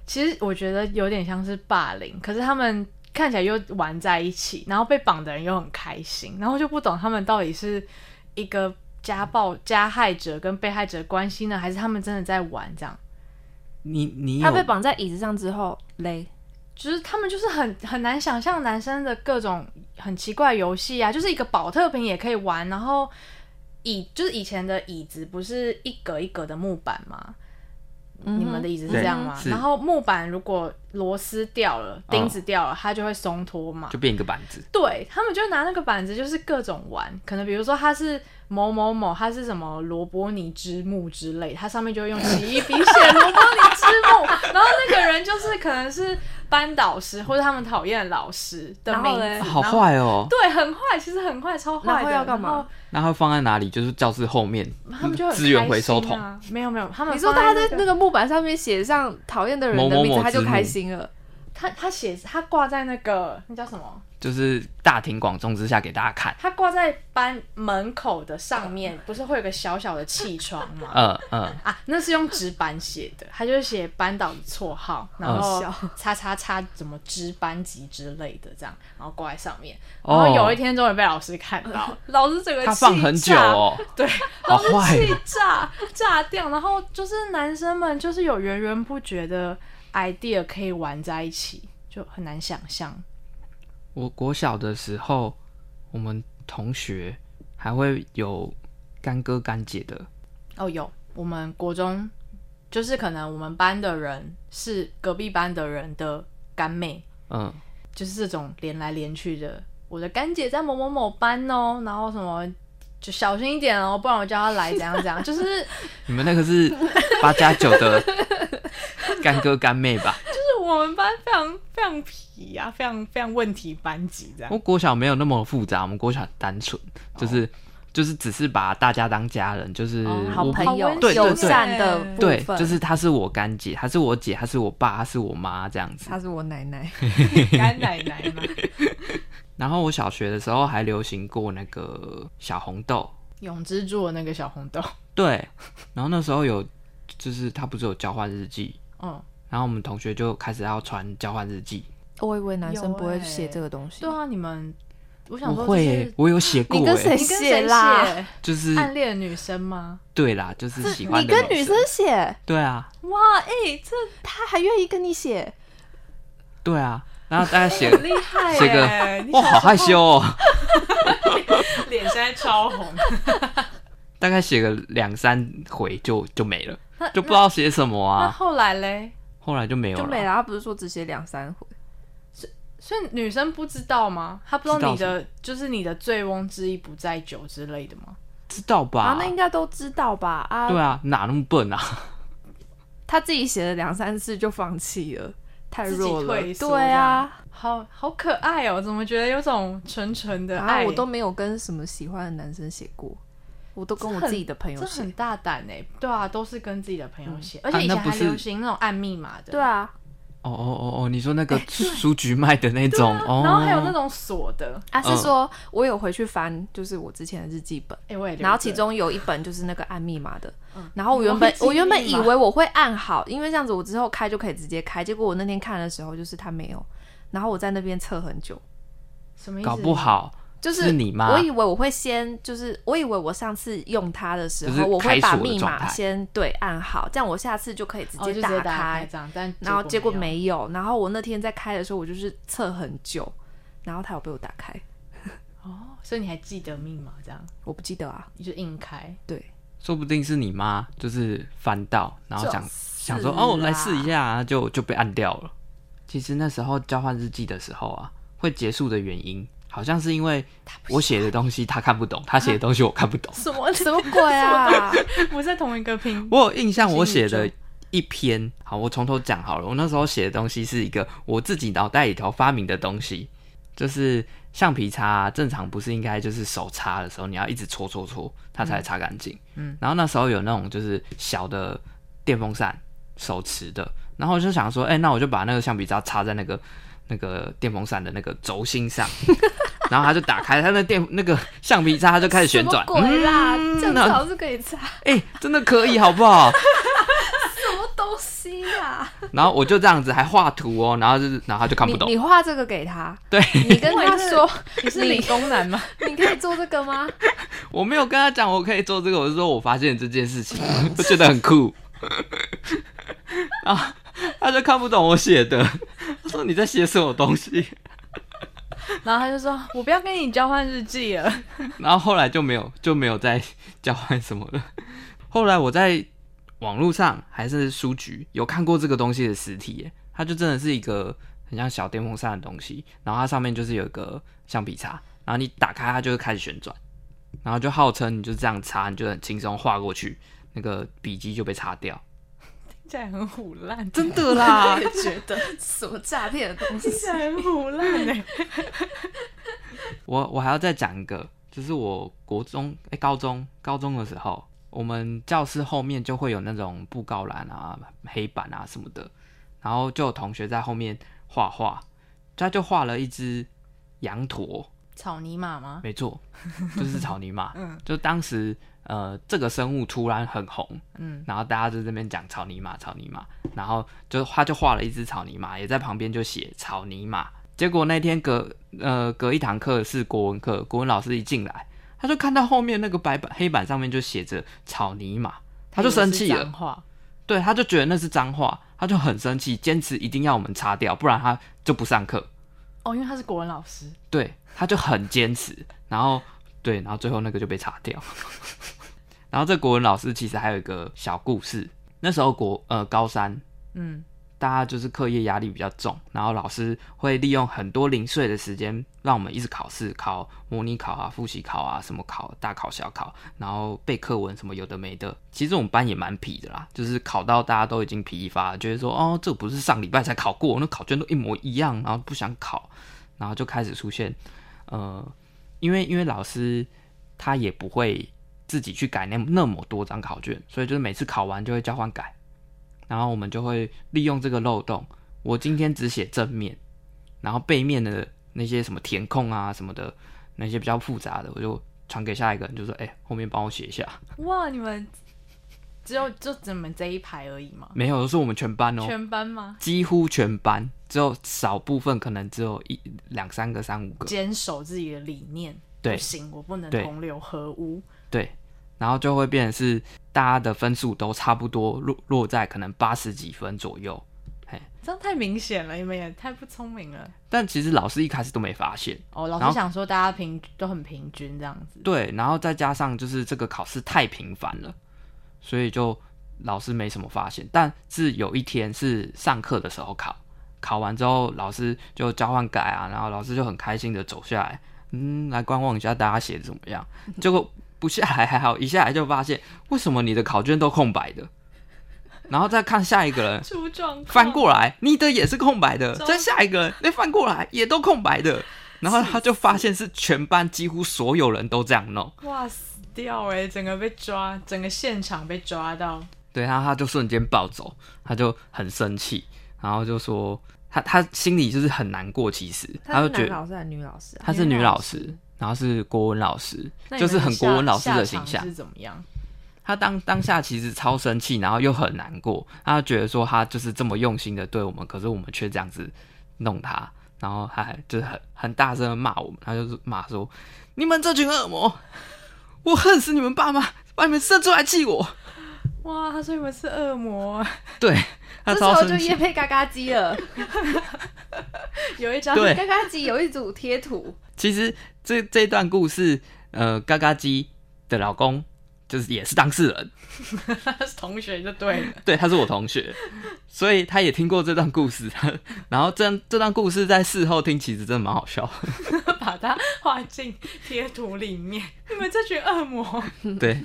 S2: 其实我觉得有点像是霸凌，可是他们看起来又玩在一起，然后被绑的人又很开心，然后就不懂他们到底是一个家暴加害者跟被害者的关系呢，还是他们真的在玩这样？
S3: 你你
S1: 他
S3: 有
S1: 被绑在椅子上之后嘞，
S2: 就是他们就是很很难想象男生的各种很奇怪的游戏啊，就是一个保特瓶也可以玩，然后椅就是以前的椅子不是一格一格的木板吗？
S1: 嗯哼
S2: 你们的椅子是这样吗
S3: 对？是
S2: 然后木板如果螺丝掉了、钉子掉了，它就会松脱嘛
S3: 就。变一个板子，
S2: 对他们就拿那个板子，就是各种玩，可能比如说它是某某某，它是什么罗伯尼之木之类，它上面就会用奇异笔写罗伯尼之木，然后那个人就是可能是班导师或者他们讨厌的老师的
S1: 然后
S2: 名字，
S1: 嘞
S2: 然
S1: 啊
S2: 后
S3: 好，坏哦。
S2: 对，很坏，其实很坏，超坏的。
S1: 然后要干嘛
S2: 然后
S3: 那会放在哪里？就是教室后面
S2: 他们就很
S3: 资源
S2: 开
S3: 回收
S2: 心
S3: 桶。
S2: 啊，没有没有，他们
S1: 你说嗯
S2: 放
S1: 他在
S2: 那
S1: 那个木板上面写上讨厌的人
S3: 某某
S1: 的
S3: 某
S1: 名字，他
S3: 之
S1: 就
S3: 墓
S1: 开心了。
S2: 他他写他挂在那个那叫什么？
S3: 就是大庭广众之下给大家看。
S2: 他挂在班门口的上面，不是会有个小小的气窗吗？
S3: 呃呃，
S2: 啊，那是用纸板写的，他就写班导的绰号，然后
S1: 笑
S2: 叉叉叉怎么支班级之类的，这样，然后挂在上面。然
S3: 哦
S2: 后有一天终于被老师看 到，
S1: 老师整个
S3: 他
S1: 气
S3: 放很久
S1: 炸
S3: 哦，
S2: 对，
S3: 好坏
S2: 气
S3: 哦。
S2: 炸炸掉。然后就是男生们就是有源源不绝的 idea 可以玩在一起，就很难想象。
S3: 我国小的时候，我们同学还会有干哥干姐的，
S2: 哦，有我们国中就是可能我们班的人是隔壁班的人的干妹，
S3: 嗯，
S2: 就是这种连来连去的。我的干姐在某某某班哦，然后什么就小心一点哦，不然我叫她来怎样怎样，就是就
S3: 你们那个是八加九的干哥干妹吧？
S2: 是我们班非常非常皮啊，非常非常问题班级 这样
S3: 我。国小没有那么复杂，我们国小很单纯，就是、就是只是把大家当家人，就是
S2: 哦
S1: 好
S3: 我
S1: 朋友
S2: 好温
S3: 对对
S1: 友
S3: 对
S1: 善的部分，
S3: 对，就是她是我干姐，她是我姐，她是我爸，她是我妈这样子。
S1: 她是我奶奶，
S2: 干奶奶嘛，
S3: 然后我小学的时候还流行过那个小红豆，
S2: 永之助的那个小红豆，
S3: 对，然后那时候有，就是他不是有交换日记，
S2: 嗯，
S3: 然后我们同学就开始要传交换日记。
S1: 我以为男生不
S2: 有
S1: 会
S2: 欸
S1: 写这个东西
S2: 对。啊，你们，我想
S3: 我
S2: 说、就是，
S3: 会耶，我有写过
S1: 你跟
S3: 耶
S1: 谁
S2: 你跟
S1: 写
S2: 谁
S1: 啦
S2: 写？
S3: 就是
S2: 暗恋的女生吗？
S3: 对啦，就是喜欢
S1: 你
S3: 的
S1: 跟女生，
S3: 生
S1: 写
S3: 对啊，
S1: 哇，哎、这他还愿意跟你写，
S3: 对啊，然后大家写
S2: 厉害
S3: 写
S2: 耶！
S3: 个，哇，好害羞哦，
S2: 脸现在超红。
S3: 大概写个两三回就就没了
S2: 那，
S3: 就不知道写什么
S2: 那
S3: 啊，
S2: 后来嘞？
S3: 后来就没有
S1: 就
S3: 了，
S1: 没了。他不是说只写两三回，
S2: 所以女生不知道吗？她不知道
S3: 知道
S2: 你的就是你的醉翁之意不在酒之类的吗？
S3: 知道吧
S1: 啊，？那应该都知道吧？啊，
S3: 对啊，哪那么笨啊？
S1: 他自己写了两三次就放弃了，太弱了
S2: 自己退。缩
S1: 对啊，
S2: 好好可爱哦，怎么觉得有种纯纯的
S1: 然
S2: 爱？
S1: 后啊我都没有跟什么喜欢的男生写过，我都跟我
S2: 这很
S1: 自己的朋友
S2: 这
S1: 写
S2: 很。欸大胆哎，对啊，都是跟自己的朋友写，而
S3: 啊
S2: 且以前
S3: 那不
S2: 还
S3: 是
S2: 流行那种按密码的，
S1: 对啊，
S3: 哦哦哦哦，你说那个书局卖的那种，哦，
S2: 啊然后还有那种锁的，
S1: 啊，
S3: 嗯
S1: 是说我有回去翻，就是我之前的日记本，
S2: 哎、我也留着。
S1: 然后其中有一本就是那个按密码的，
S2: 嗯
S1: 然后我原本
S2: 你忘记
S1: 我原本
S2: 密
S1: 以
S2: 码
S1: 为我会按好，因为这样子我之后开就可以直接开，结果我那天看的时候就是它没有，然后我在那边测很久，
S2: 什么意思？
S3: 哦搞不好
S1: 就是
S3: 你妈
S1: 我以为我会先，就是我以为我上次用它的时
S3: 就是
S1: 候，我会
S3: 开
S1: 把
S3: 锁的
S1: 密
S3: 状态
S1: 码先对按好，这样我下次就可以直
S2: 哦
S1: 接
S2: 就直接打
S1: 开。
S2: 这样，但
S1: 然后结果
S2: 有。
S1: 没有，然后我那天在开的时候，我就是测很久，然后它有被我打开，
S2: 哦，所以你还记得密码这样，
S1: 我不记得啊，
S2: 你就硬开。
S1: 对，
S3: 说不定是你妈就是翻到，然后想、
S1: 就是
S3: 想说哦来试一下、啊，就就被按掉了。其实那时候交换日记的时候啊，会结束的原因好像是因为我写的东西他看不懂，他写的东西我看不 懂。
S2: 什 么？
S1: 什么鬼 啊？
S2: 不在同一个拼？
S3: 我有印象，我写
S2: 心
S3: 的
S2: 理
S3: 一篇，好，我从头讲好了。我那时候写的东西是一个我自己脑袋里头发明的东西，就是橡皮擦、正常不是应该就是手擦的时候，你要一直搓搓搓，它才擦干净。嗯，然后那时候有那种就是小的电风扇，手持的，然后我就想说，哎、那我就把那个橡皮擦插在那个那个电风扇的那个轴心上。然后它就打开，它那电那个橡皮擦，它就开始旋转。
S1: 什么鬼啦？
S3: 嗯
S1: 这样
S3: 那
S1: 子好像是可以擦
S3: 哎、真的可以，好不好？
S1: 什么东西啊？
S3: 然后我就这样子还画图哦，然后就是，然后他就看不
S1: 你
S3: 懂
S1: 你。画这个给他，
S3: 对，
S1: 你跟他说，
S2: 你是理工男吗？
S1: 你可以做这个 吗？
S3: 我没有跟他讲我可以做这个，我是说我发现这件事 情，我觉得很酷。啊，他就看不懂我写的，他说你在写什么东西。
S2: 然后他就说：“我不要跟你交换日记了。
S3: 然后后来就没有就没有再 交换什么了。后来我在网络上还是书局有看过这个东西的实体耶，它就真的是一个很像小电风扇的东西，然后它上面就是有一个橡皮擦，然后你打开它就会开始旋转，然后就号称你就这样擦，你就很轻松划过去，那个笔记就被擦掉。”
S2: 听起来很虎烂，，
S3: 真的啦
S2: 也觉得
S1: 什么诈骗的东西
S2: 听？起来很虎烂哎。
S3: 我我还要再讲一个，就是我国中哎、高中高中的时候，我们教室后面就会有那种布告栏啊、黑板啊什么的，然后就有同学在后面画画，他就画了一只羊驼，
S2: 草泥马吗？
S3: 没 错，就是草泥马。
S2: 嗯
S3: 就当时呃这个生物突然很红，
S2: 嗯，
S3: 然后大家就在那边讲草泥马，草泥马，然后就他就画了一只草泥马，也在旁边就写草泥马。结果那天隔呃隔一堂课是国文课，国文老师一进来，他就看到后面那个白板黑板上面就写着草泥马，他就生气了，
S2: 话
S3: 对，他就觉得那是脏话，他就很生气，坚持一定要我们擦掉，不然他就不上课。
S2: 哦，因为他是国文老师，
S3: 对，他就很坚持，然后对，然后最后那个就被查掉。 然后这国文老师其实还有一个小故事，那时候国呃高三，
S2: 嗯，
S3: 大家就是课业压力比较重，然后老师会利用很多零碎的时间，让我们一直考试，考模拟考啊、复习考啊、什么考、大考、小考，然后背课文什么有的没的。其实我们班也蛮皮的啦， 就是考到大家都已经疲乏了，觉得说哦，这不是上礼拜才考过，那考卷都一模一样，然后不想考，然后就开始出现，呃，因为因为老师他也不会自己去改那那么多张考卷，所以就是每次考完就会交换改。然后我们就会利用这个漏洞，我今天只写正面，然后背面的那些什么填空啊什么的，那些比较复杂的，我就传给下一个人，就说：“哎、后面帮我写一下。
S2: 哇，你们只有就只们这一排而已吗”？
S3: 没有，是我们全班哦，
S2: 全班吗？
S3: 几乎全班，只有少部分可能只有一两三个、三五个，
S2: 坚守自己的理念，
S3: 对
S2: 不行，我不能
S3: 对
S2: 同流合污。
S3: 对，然后就会变成是大家的分数都差不多落落在可能八十几分左右，
S2: 这样太明显了，你们也太不聪明了。
S3: 但其实老师一开始都没发现。
S2: 哦，老
S3: 然
S2: 师
S3: 后
S2: 想说大家平都很平均这样子，
S3: 对，然后再加上就是这个考试太频繁了，所以就老师没什么发现。但是有一天是上课的时候考，考完之后老师就交换改啊，然后老师就很开心的走下来，嗯，来观望一下大家写的怎么样。结果不下来还好，一下来就发现为什么你的考卷都空白的，然后再看下一个人。
S2: 出状况
S3: 翻过来，你的也是空白的，
S2: 糟
S3: 再下一个人，那翻过来也都空白的，然后他就发现是全班几乎所有人都这样弄，
S2: 哇，死掉哎、整个被抓，整个现场被抓到，
S3: 对，然后他就瞬间暴走，他就很生气，然后就说他他心里就是很难过，其实他
S1: 他
S3: 就是觉
S1: 男
S3: 得
S1: 老师还是女老师啊？
S3: 她是女老
S2: 女老
S3: 师
S2: 师，
S3: 然后是国文老师，
S2: 那你
S3: 就
S2: 们
S3: 是很国文老师的
S2: 下
S3: 形象
S2: 下场。是怎么样？
S3: 他当当下其实超生气，然后又很难过，他觉得说他就是这么用心的对我们，可是我们却这样子弄他，然后他还就是很很大声的骂我们，他就是骂说你们这群恶魔，我恨死你们爸妈，把你们生出来气我。
S2: 哇，他说你们是恶魔，
S3: 对
S1: 这
S3: 他
S1: 时
S3: 超
S1: 候
S3: 生
S1: 就
S3: 气
S1: 夜，配嘎嘎鸡了。
S2: 有一张
S3: 对
S1: 嘎嘎鸡有一组贴图，
S3: 其实这这段故事，呃，嘎嘎鸡的老公就是也是当事人，
S2: 同学就对了，
S3: 对，他是我同学，所以他也听过这段故事。 然后这这段故事在事后听，其实真的蛮好笑。
S2: 把它画进贴图里面。 你们这群恶魔，
S3: 对，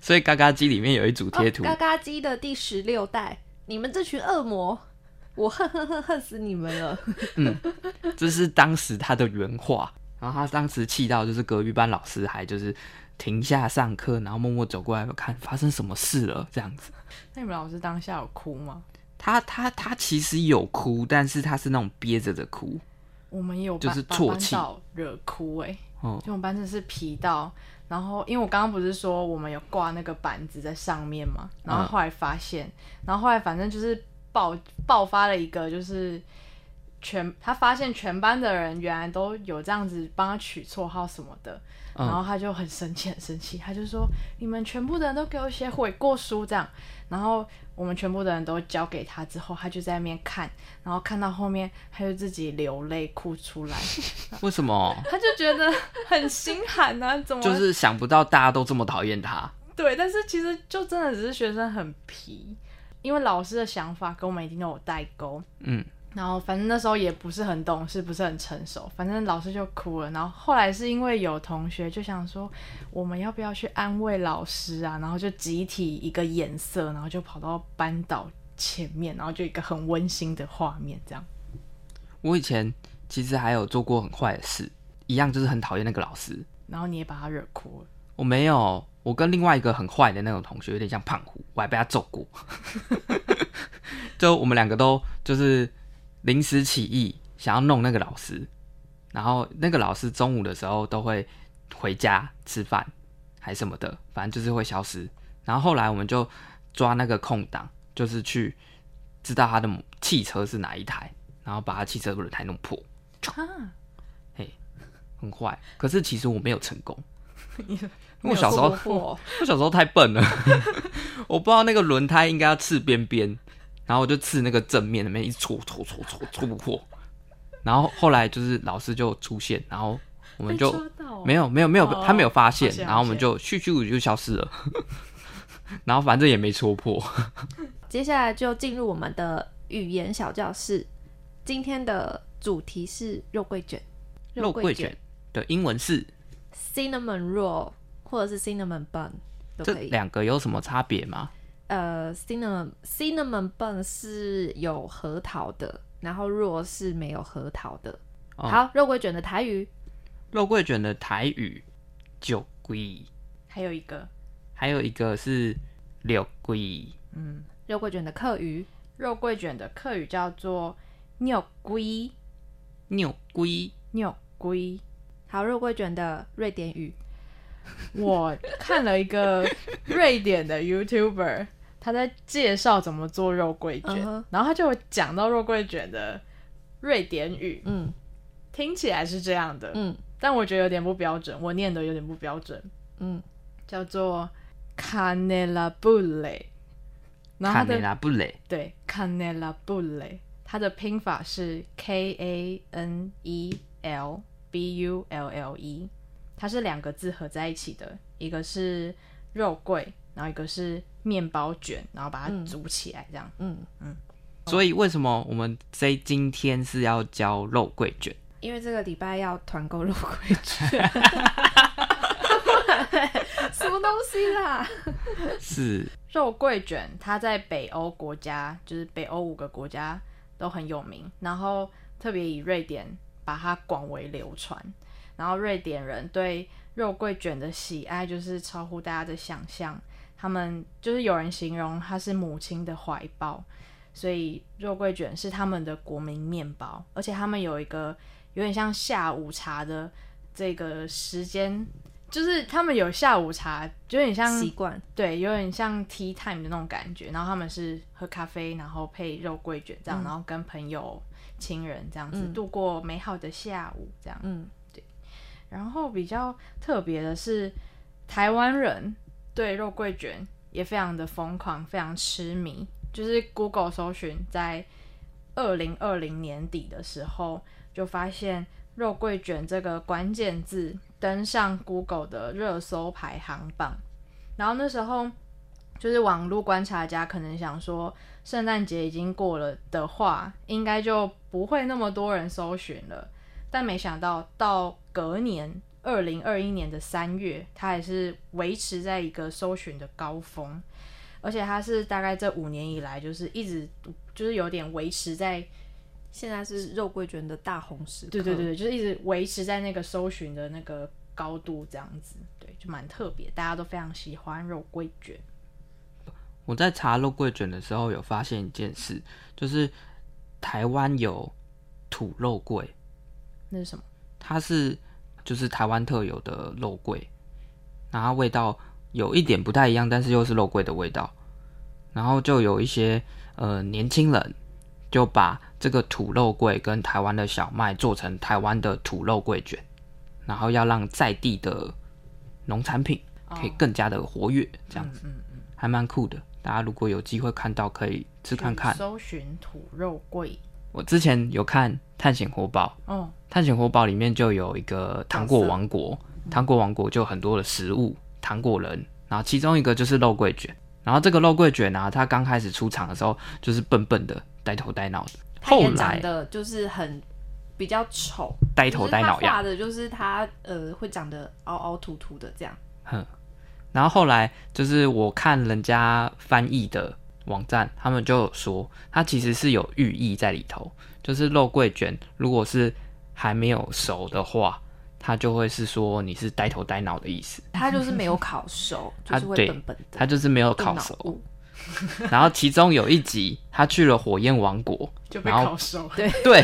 S3: 所以嘎嘎鸡里面有一组贴图，
S1: 哦嘎嘎鸡的第十六代，你们这群恶魔，我恨恨恨恨死你们了！
S3: 这是当时他的原话。然后他当时气到，就是隔壁班老师还就是停下上课，然后默默走过来看发生什么事了这样子。
S2: 那你们老师当下有哭吗？
S3: 他他他其实有哭，但是他是那种憋着的哭。
S2: 我们也有
S3: 就是
S2: 把
S3: 啜
S2: 把班
S3: 泣
S2: 导惹哭哎、
S3: 哦
S2: 就我们班真的是皮到，然后因为我刚刚不是说我们有挂那个板子在上面嘛，
S3: 嗯
S2: 然后后来发现，然后后来反正就是爆爆发了一个就是。全他发现全班的人原来都有这样子帮他取绰号什么的，
S3: 嗯
S2: 然后他就很生气，很生气，他就说：“你们全部的人都给我写悔过书这样。”然后我们全部的人都交给他之后，他就在那边看，然后看到后面他就自己流泪哭出来，
S3: 为什么？
S2: 他就觉得很心寒啊，怎么
S3: 就是想不到大家都这么讨厌他。
S2: 对？但是其实就真的只是学生很皮，因为老师的想法跟我们一定都有代沟。
S3: 嗯，
S2: 然后反正那时候也不是很懂事，不是很成熟，反正老师就哭了。然后后来是因为有同学就想说，我们要不要去安慰老师啊？然后就集体一个眼色，然后就跑到班导前面，然后就一个很温馨的画面这样。
S3: 我以前其实还有做过很坏的事，一样就是很讨厌那个老师。
S2: 然后你也把他惹哭了，
S3: 我没有，我跟另外一个很坏的那种同学有点像胖虎，我还被他揍过。 就我们两个都就是临时起意，想要弄那个老师，然后那个老师中午的时候都会回家吃饭，还什么的，反正就是会消失。然后后来我们就抓那个空档，就是去知道他的汽车是哪一台，然后把他汽车轮胎弄破，
S2: 啊，
S3: 很坏。可是其实我没有成功，
S2: 你
S3: 因为我小时候
S2: 没有做 过
S3: 我小时候太笨了， 我不知道那个轮胎应该要刺边边，然后我就刺那个正面那边，一直戳戳戳戳戳不破。然后后来就是老师就出现，然后我们就
S2: 被抓到哦
S3: 没有没有没有
S2: 哦
S3: 他没有发
S2: 好
S3: 现，
S2: 险
S3: 然后我们就咻咻就消失了， 然后反正也没 戳破。
S1: 接下来就进入我们的语言小教室，今天的主题是肉桂卷，
S3: 肉桂卷的英文是
S1: （cinnamon roll） 或者是 cinnamon bun 都
S3: 这
S1: 可以。
S3: 两个有什么差别吗？
S1: 呃，cinnamon cinnamon bun 是有核桃的，然后 roll 是没有核桃的。
S3: 哦
S1: 好，肉桂卷的台语
S3: 肉桂卷的台语酒龟，
S2: 还有一个，
S3: 还有一个是柳龟。
S2: 嗯，
S1: 肉桂卷的客语，
S2: 肉桂卷的客语叫做“尿龟
S3: 牛龟，”，
S2: 尿龟。
S1: 好，肉桂卷的瑞典语，
S2: 我看了一个瑞典的 YouTuber，他在介绍怎么做肉桂卷
S1: 嗯哼
S2: 然后他就有讲到肉桂卷的瑞典语，
S1: 嗯
S2: 听起来是这样的，
S1: 嗯
S2: 但我觉得有点不标准，我念的有点不标准，
S1: 嗯，
S2: 叫做 “canela bulle”，然后他
S3: 看你
S2: 的
S3: 啦不累。
S2: 对 “canela bulle”，它的拼法是 K A N E L B U L L E，它是两个字合在一起的，一个是肉桂，然后一个是面包卷，然后把它煮起来这样。
S1: 嗯
S3: 所以为什么我们这今天是要教肉桂卷？
S1: 因为这个礼拜要团购肉桂 卷，什么东西啦？
S3: 是
S2: 肉桂卷它在北欧国家，就是北欧五个国家都很有名，然后特别以瑞典把它广为流传，然后瑞典人对肉桂卷的喜爱就是超乎大家的想象，他们就是有人形容它是母亲的怀抱，所以肉桂卷是他们的国民面包，而且他们有一个有点像下午茶的这个时间，就是他们有下午茶，有点像
S1: 习惯，
S2: 对，有点像 tea time 的那种感觉。然后他们是喝咖啡，然后配肉桂卷这样，
S1: 嗯
S2: 然后跟朋友、亲人这样子、
S1: 嗯
S2: 度过美好的下午这样。
S1: 嗯，
S2: 然后比较特别的是，台湾人对肉桂卷也非常的疯狂，非常痴迷。就是 Google 搜寻在二零二零年底的时候，就发现肉桂卷这个关键字登上 Google 的热搜排行榜。然后那时候就是网络观察家可能想说，圣诞节已经过了的话，应该就不会那么多人搜寻了。但没想到到隔年二零二一年的三月，它还是维持在一个搜寻的高峰，而且它是大概这五年以来就是一直就是有点维持在
S1: 现在是肉桂卷的大红时刻，
S2: 对对对，就是一直维持在那个搜寻的那个高度这样子，对，就蛮特别，大家都非常喜欢肉桂卷。
S3: 我在查肉桂卷的时候，有发现一件事，就是台湾有土肉桂，
S2: 那是什么？
S3: 它是就是台湾特有的肉桂，然后味道有一点不太一样，但是又是肉桂的味道。然后就有一些呃年轻人就把这个土肉桂跟台湾的小麦做成台湾的土肉桂卷，然后要让在地的农产品可以更加的活跃，这样子、
S2: 嗯
S3: 还蛮酷的。大家如果有机会看到，可以吃看看
S2: 去。搜寻土肉桂。
S3: 我之前有看《探险活宝》，
S2: 哦，
S3: 《探险活宝》里面就有一个糖果王国，糖果王国就有很多的食物，糖果人，然后其中一个就是肉桂卷。然后这个肉桂卷啊，它刚开始出场的时候就是笨笨的，呆头呆脑的，
S1: 他
S3: 后
S1: 也长
S3: 来
S1: 得就是很比较丑，
S3: 呆头呆
S1: 就
S3: 脑
S1: 是他画
S3: 样。
S1: 的就是他呃会长得凹凹凸凸的这样，
S3: 然后后来就是我看人家翻译的网站，他们就有说它其实是有寓意在里头，就是肉桂卷如果是还没有熟的话，它就会是说你是呆头呆脑的意思，
S1: 他就是没有烤 熟，就
S3: 他
S1: 是会
S3: 啊对
S1: 笨笨的，
S3: 它就是没有
S1: 一
S3: 烤
S1: 脑
S3: 熟。
S1: 雾
S3: 然后其中有一集，他去了火焰王国，
S2: 就被
S3: 然后
S2: 烤熟，
S3: 对，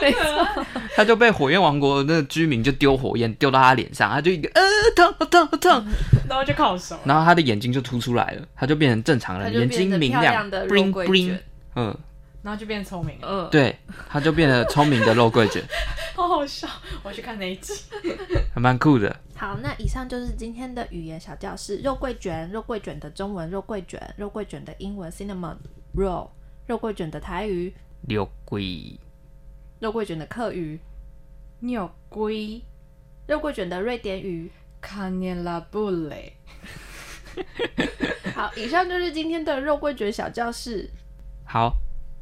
S2: 没 错，
S3: 他就被火焰王国的那个居民就丢火焰丢到他脸上，他就一个呃痛好痛好痛，
S2: 然后就烤熟。
S3: 然后他的眼睛就凸出来了，他就变成正常
S1: 他
S3: 人，
S1: 就
S3: 眼
S1: 变
S3: 睛
S1: 得
S3: 明
S1: 漂
S3: 亮
S1: 亮的肉
S3: ，bling
S1: 桂
S3: bling，
S1: 卷，
S3: 嗯，
S2: 然后就变聪明了，
S1: 嗯，
S3: 对，他就变得聪明的肉桂卷，
S2: 好好笑！我去看那一集。
S3: 还蛮酷的。
S1: 好，那以上就是今天的语言小教室：肉桂卷、肉桂卷的中文肉桂卷、肉桂卷的英文 cinnamon roll、肉桂卷的台语、
S3: 六桂
S1: 肉桂卷的客语、
S2: 鸟龟
S1: 肉桂卷的瑞典语。
S2: 卡涅拉布雷，
S1: 好，以上就是今天的肉桂卷小教室。
S3: 好，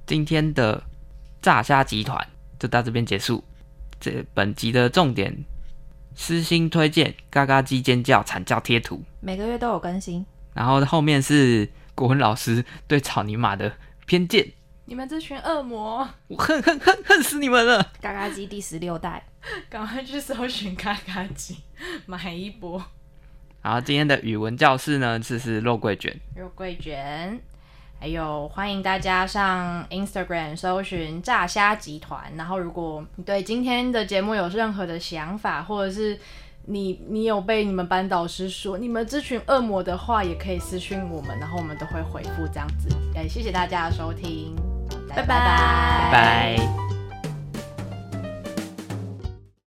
S3: 今天的炸虾集团就到这边结束。这本集的重点，私心推荐嘎嘎鸡尖叫惨叫贴图。
S1: 每个月都有更新，
S3: 然后后面是国文老师对草泥马的偏见，
S2: 你们这群恶魔，
S3: 我恨恨恨恨死你们了！
S1: 嘎嘎鸡第十六代。
S2: 赶快去搜寻嘎嘎鸡，买一波
S3: 然后今天的语文教室呢，就是肉桂卷，
S2: 肉桂卷。还有，欢迎大家上 Instagram 搜寻“炸虾集团”。然后，如果你对今天的节目有任何的想法，或者是你你有被你们班导师说你们这群恶魔的话，也可以私讯我们，然后我们都会回复这样子。哎，谢谢大家的收听，
S1: 拜拜
S3: 拜。